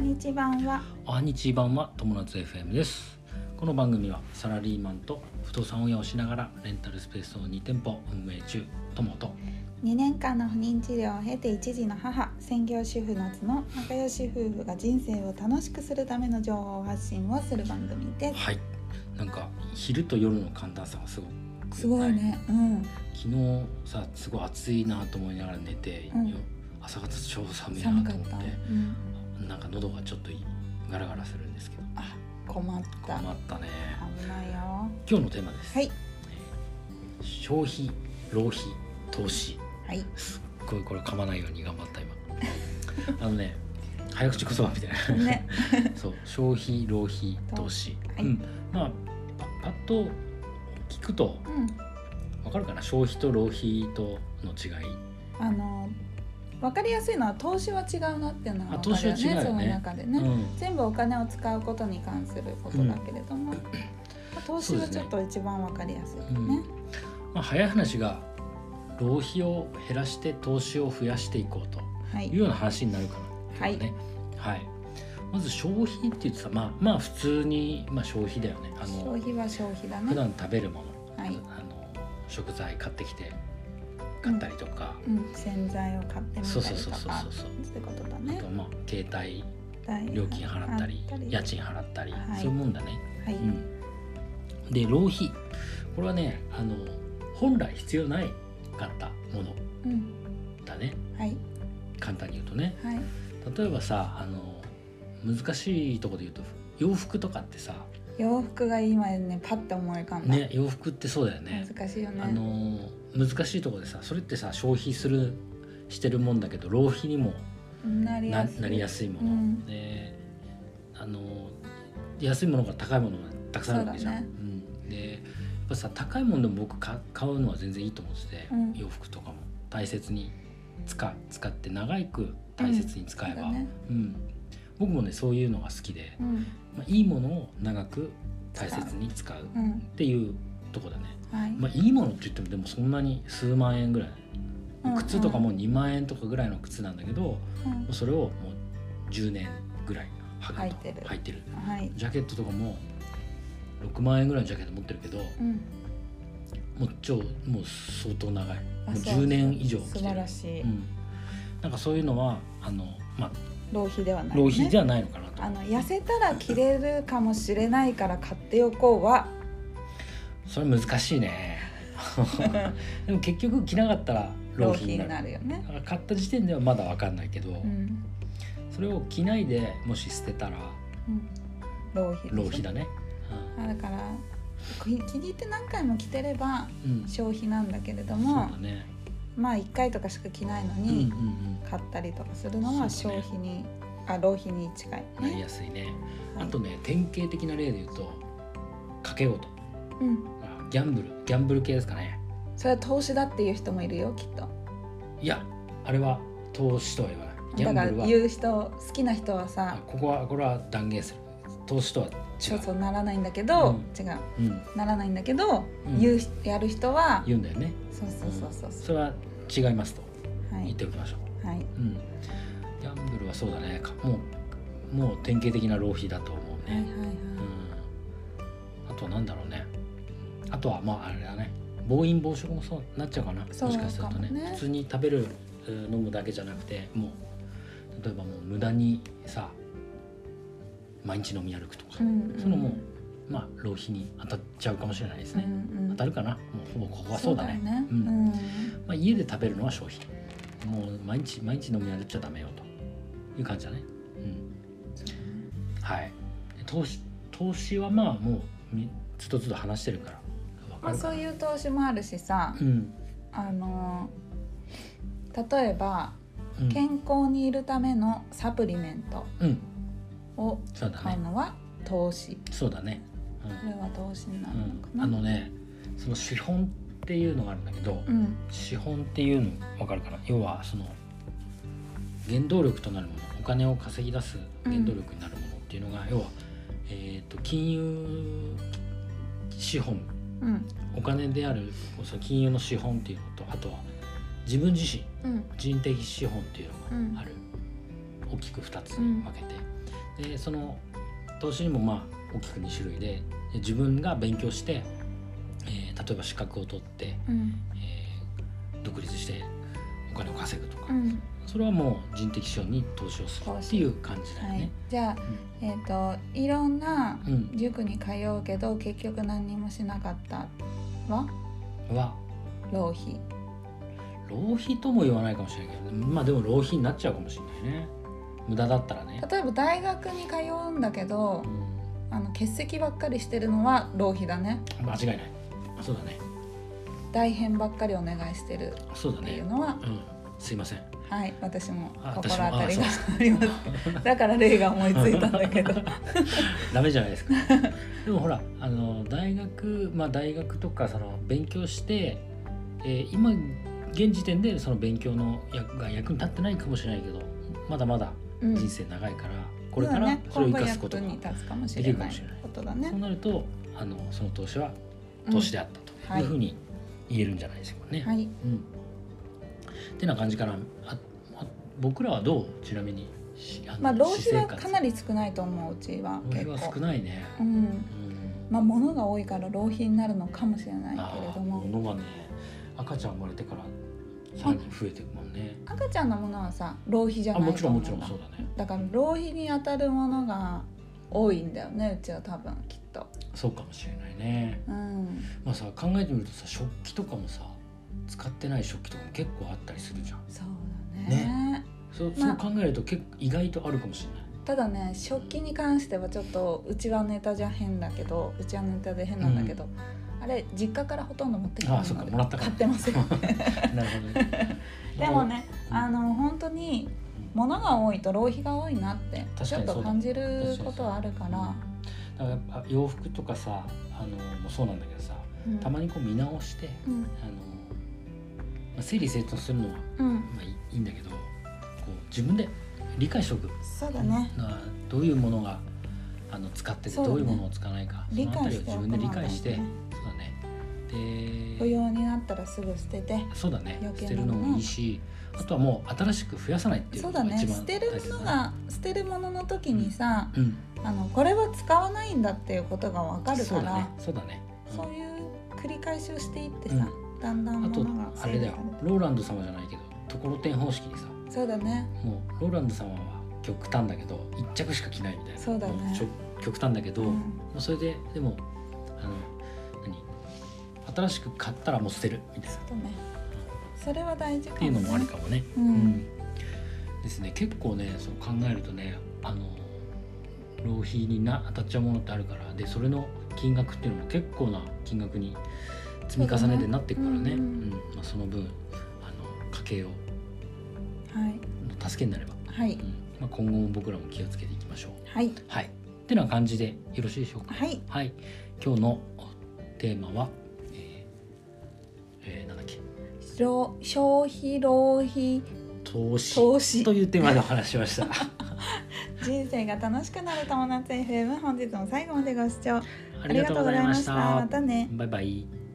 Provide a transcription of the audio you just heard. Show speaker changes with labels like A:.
A: 日版は
B: おはにち版は友達 FM ですこの番組はサラリーマンと不動産運営をしながらレンタルスペースを2店舗運営中友と
A: 2年間の不妊治療を経て一児の母専業主婦夏の仲良し夫婦が人生を楽しくするための情報発信をする番組です
B: はいなんか昼と夜の寒暖差がすごくない
A: すごいねうん
B: 昨日さすごい暑いなと思いながら寝て、
A: うん
B: よ朝方超寒いな
A: 寒
B: と
A: か
B: 思
A: っ、
B: った
A: う
B: て
A: ん、
B: なんか喉がちょっとガラガラするんですけど
A: あ困った
B: 困ったね
A: 危ないよ
B: 今日のテーマです、
A: はい
B: 消費浪費投資
A: はい
B: すっごいこれ噛まないように頑張った今 あのね早口言葉みたいな、
A: ね
B: そう消費浪費投資、
A: はい
B: うん、まあパパッと聞くと
A: うん
B: わかるかな消費と浪費との違い
A: あの分かりやすいのは投資は違うなっていうのは
B: あ
A: 分
B: 投
A: か
B: 資
A: るよね
B: は違うよね
A: その中でね、
B: うん
A: 全部お金を使うことに関することだけれども、投資はちょっと一番分かりやすいよ
B: うん
A: ね。
B: まあ、早い話が浪費を減らして投資を増やしていこうと
A: はい
B: いうような話になるかな、
A: はい
B: ねはい、まず消費って言ってたまあまあ普通に、まあ、消費だよねあの
A: 消費は消費だ
B: 普
A: ね。
B: 段食べるもの、
A: はい。
B: あの食材買ってきて買ったりとか、
A: うん、洗剤を買ってみた
B: そう
A: り
B: そうそう
A: と
B: そう
A: か
B: そうそう
A: ってことだ
B: あ
A: ね
B: と。まあ携帯
A: だい
B: 料金払ったり
A: 払っ
B: 家賃払ったり、
A: はい
B: そういうもんだね、
A: はい、
B: うん、で浪費これはねあの本来必要ないかったもの
A: うん、
B: だね
A: はい、
B: 簡単に言うとね
A: はい、
B: 例えばさあの難しいところで言うと洋服とかってさ、
A: 洋服が今ね、パッと思い浮かんだ。
B: ね、洋服ってそうだよね
A: 難しいよね。
B: あの難しいところでさそれってさ消費するしてるもんだけど浪費にも
A: なり
B: な
A: やすい。
B: なりやすいもの、
A: うん
B: であの安いものから高いものがたくさんあるわけじゃん。
A: そうだ
B: うん、でやっぱさ高いものでも僕か買うのは全然いいと思ってて、
A: うん
B: 洋服とかも大切に使使って長く大切に使えば、
A: そうだね
B: うん僕もねそういうのが好きで、
A: うん、
B: まあ、いいものを長く大切に使う
A: う
B: っ
A: ん、
B: ていうとこだね。
A: はい。
B: まあ、いいものって言ってもでもそんなに数万円ぐらい、
A: うん
B: 靴とかも2万円とかぐらいの靴なんだけど、も
A: うん
B: うそれをもう10年ぐらい履くと
A: 履いてる
B: 履いてる
A: はい。
B: ジャケットとかも6万円ぐらいのジャケット持ってるけど
A: うん。
B: もう超もう相当長いも
A: あ
B: う
A: そう
B: 10年以上着
A: 素
B: てる
A: 晴らしい、
B: うん、なんかそういうのはあの、ま
A: 浪費では
B: あ、
A: ない、ね、
B: 浪費じゃないのかなと
A: あの痩せたら着れるかもしれないから買っておこうは
B: それ難し いねでも結局着なかったら浪
A: 浪
B: 費
A: 費
B: に
A: に
B: な
A: な
B: る
A: るよね
B: だから買った時点ではまだ分かんないけど、
A: うん、
B: それを着ないでもし捨てたら
A: うん、浪費でしょ
B: 浪費だね。
A: あだから気気に入って何回も着てれば
B: うん、うん
A: 消費なんだけれど
B: そう
A: も、
B: だね。
A: まあ1回とかしか着ないの
B: うんうん
A: に買ったたりとかするのは
B: そう
A: 消
B: だね
A: 費に、あ浪費に近い
B: うん、なり
A: ね。
B: やすいね。
A: はい
B: あとね典型的な例で言うと賭け事、
A: うん、
B: あギャンブルギャンブル系ですかね。
A: それは投資だっていう人もいるよきっと。
B: いやあれは投資とは言わない。ギ
A: だから
B: ャンブルは
A: 言う人好きな人はさ
B: あ、ここはこれは断言する。投資とは違う。
A: そうそうならないんだけど、
B: うん
A: 違う
B: うん、
A: ならないんだけど、
B: うん
A: 言う人やる人は
B: 言うんだよね。
A: そうそうそうそうそ
B: それは違いますと
A: うは
B: 言っ
A: い
B: ておきましょう。
A: はい
B: うん、ギャンブルはそうだね。かもうもう典型的な浪費だと思うね。
A: はいはいはい
B: うんあとなんだろうねあとはまああれだね暴飲暴食もそうなっちゃうかな
A: そう
B: もしかするとね
A: かもね
B: 普通に食べるえー飲むだけじゃなくてもう例えばもう無駄にさ毎日飲み歩くとか、
A: うん
B: そのもうまあ浪費に当たっちゃうかもしれないですね、
A: ん
B: 当たるかなもうほぼここはそうだね
A: う
B: うん
A: んうん
B: まあ、家で食べるのは消費もう毎日毎日飲み歩っちゃダメよという感じだねうんはいで投資投資はまあもうみつとつと話してるから分
A: ま
B: か
A: あ
B: るか
A: そ
B: な
A: ういう投資もあるしさ
B: うん
A: あの例えば
B: うん
A: 健康にいるためのサプリメント
B: うん
A: を
B: そうだ
A: 買う
B: ね
A: のは投資
B: そうだねうん
A: これは投資になるのか
B: うん、
A: な、
B: あのねその資本っていうのがあるんだけど、
A: うん
B: 資本っていうの分かるかな要はその原動力となるものお金を稼ぎ出す原動力になるものっていうのが、要は、えー、と金融資本
A: うん
B: お金であるその金融の資本っていうのとあとは自分自身
A: うん
B: 人的資本っていうのがある、大きく2つに分けて、でその投資にもまあ大きく2種類でで自分が勉強して、えー例えば資格を取って、
A: うん
B: えー独立してお金を稼ぐと
A: う
B: か、
A: ん
B: それはもう人的資本に投資をするっていう感じだよ
A: はい
B: ね。、
A: じゃあ、えっといろんな
B: うん
A: 塾に通うけど結局何にもしなかったは
B: うんは
A: 浪費
B: 浪費とも言わないかもしれないけどまあでも浪費になっちゃうかもしれないね無駄だったらね、
A: 例えば大学に通うんだけど
B: うん
A: あの欠席ばっかりしてるのは浪費だね
B: 間違いないそうだね
A: 大変ばっかりお願いしてる
B: そうだ
A: っていう
B: ね
A: のは、
B: うんすいません
A: はい私も
B: あ
A: 心当
B: 私
A: たり
B: も
A: が
B: あ
A: ありますだから例が思いついたんだけ ど
B: ダメじゃないですか でもほらあの大学まあ大学とかその勉強して、えー今現時点でその勉強の役が役に立ってないかもしれないけどまだまだ
A: うん
B: 人生長いから、これ
A: そう
B: か
A: だ
B: ら
A: ね
B: それを生かすことが、
A: 今後役に立つかもしれない
B: できるかもしれない
A: ことだ
B: そう
A: ね
B: なるとあのその投資は投資であったというふうに言えるんじゃないですかね。
A: はい
B: うん、ってな感じかなああ僕らはどうちなみにしあの
A: まあ浪費は
B: 私生活
A: かなり少ないと思ううちは
B: 浪
A: 結
B: 費は
A: 構
B: 少ないね、
A: うん
B: うん
A: まあ物が多いから浪費になるのかもしれない
B: あ
A: けれ
B: ー
A: ども
B: 物がね赤ちゃん生まれてからさらに増えていくもんね
A: 赤ちゃんのものはさ浪費じゃ
B: あ
A: な
B: も
A: い
B: ち
A: と
B: ろん
A: 思う
B: もちろんそうだね
A: だから浪費に当たるものが多いんだよねうちは多分きっと
B: そうかもしれないね
A: うん
B: まあさ考えてみるとさ食器とかもさ使ってない食器とかも結構あったりするじゃん
A: そうだね
B: そう,、
A: まあ
B: そう考えると結構意外とあるかもしれない
A: ただね食器に関してはちょっとうちはネタじゃ変だけどうちはネタで変なんだけど、あれ実家からほとんど持ってきてない
B: あそっか
A: ので
B: もらったから
A: 買って ますよ
B: なるほどね
A: でもねあの本当に物が多いと浪費が多いなって
B: 確か
A: ち
B: にそ
A: ょ
B: う
A: っ
B: だ
A: と感じることはあるから
B: だからやっぱ洋服とかさあのもうそうなんだけどさ
A: うん
B: たまにこう見直して
A: うん
B: あの、まあ、整理整頓するのは、
A: うん
B: まあ、いいいいんだけどこう自分で理解しとく
A: そうだね
B: などういうものがあの使ってて、
A: そうだ
B: ど
A: ね
B: ういうものを使わないかそ
A: 理
B: のあた
A: 解
B: りを
A: して
B: 自
A: おく
B: 分で理解して、
A: のがね
B: そうだね
A: 不
B: で
A: 要になったらすぐ捨てて
B: そうだね
A: 余計
B: 捨
A: な
B: てるの
A: もの
B: もいいしあとはもう新しく増やさないっていう
A: そ
B: の
A: うだ
B: が
A: ね
B: 一
A: 捨
B: 番
A: て
B: 大
A: る
B: 切
A: もの
B: だね
A: が捨てるものの時にさ、
B: うん
A: あのこれは使わないんだっていうことがわかる
B: そ
A: か
B: うだね
A: ら
B: そうだねうん
A: そう,、いう繰り返しをしていってさ、だんだん
B: あと
A: 物が
B: あれだよ
A: 整理さ
B: ローランド様じゃないけどところてん方式にさ
A: れてそうだね
B: もうローランド様は極端だけど一着しか着ないみたいな
A: そうだね
B: もちょ極端だけど、
A: う
B: も
A: ん
B: うそれででもあの何新しく買ったらもう捨てるみたいな
A: そうだねそれは大事
B: っ
A: か
B: ていう
A: も
B: のもあり
A: ね
B: かもね。
A: う
B: うんんですね結構ねそう考えるとねあの浪費にな当たっちゃうものってあるからでそれの金額っていうのも結構な金額に積み重ねてなっていくからね
A: そううだね
B: んまあ、その分あの家計を
A: はい
B: の助けになれば、
A: はい
B: うんまあ、今後も僕らも気をつけていきましょう。
A: はい
B: はい、ってな感じでよろしいでしょうか。
A: はい
B: はい、今日のテーマは、えーえーなんだっけ
A: ろ消費浪費
B: 投資
A: 投資
B: というテーマでお話ししました。
A: 人生が楽しくなる友達 FM 本日も最後までご視聴
B: ありがとうござ
A: ありがとうござ
B: いまし
A: いました
B: た
A: ま。たね
B: バイバイ。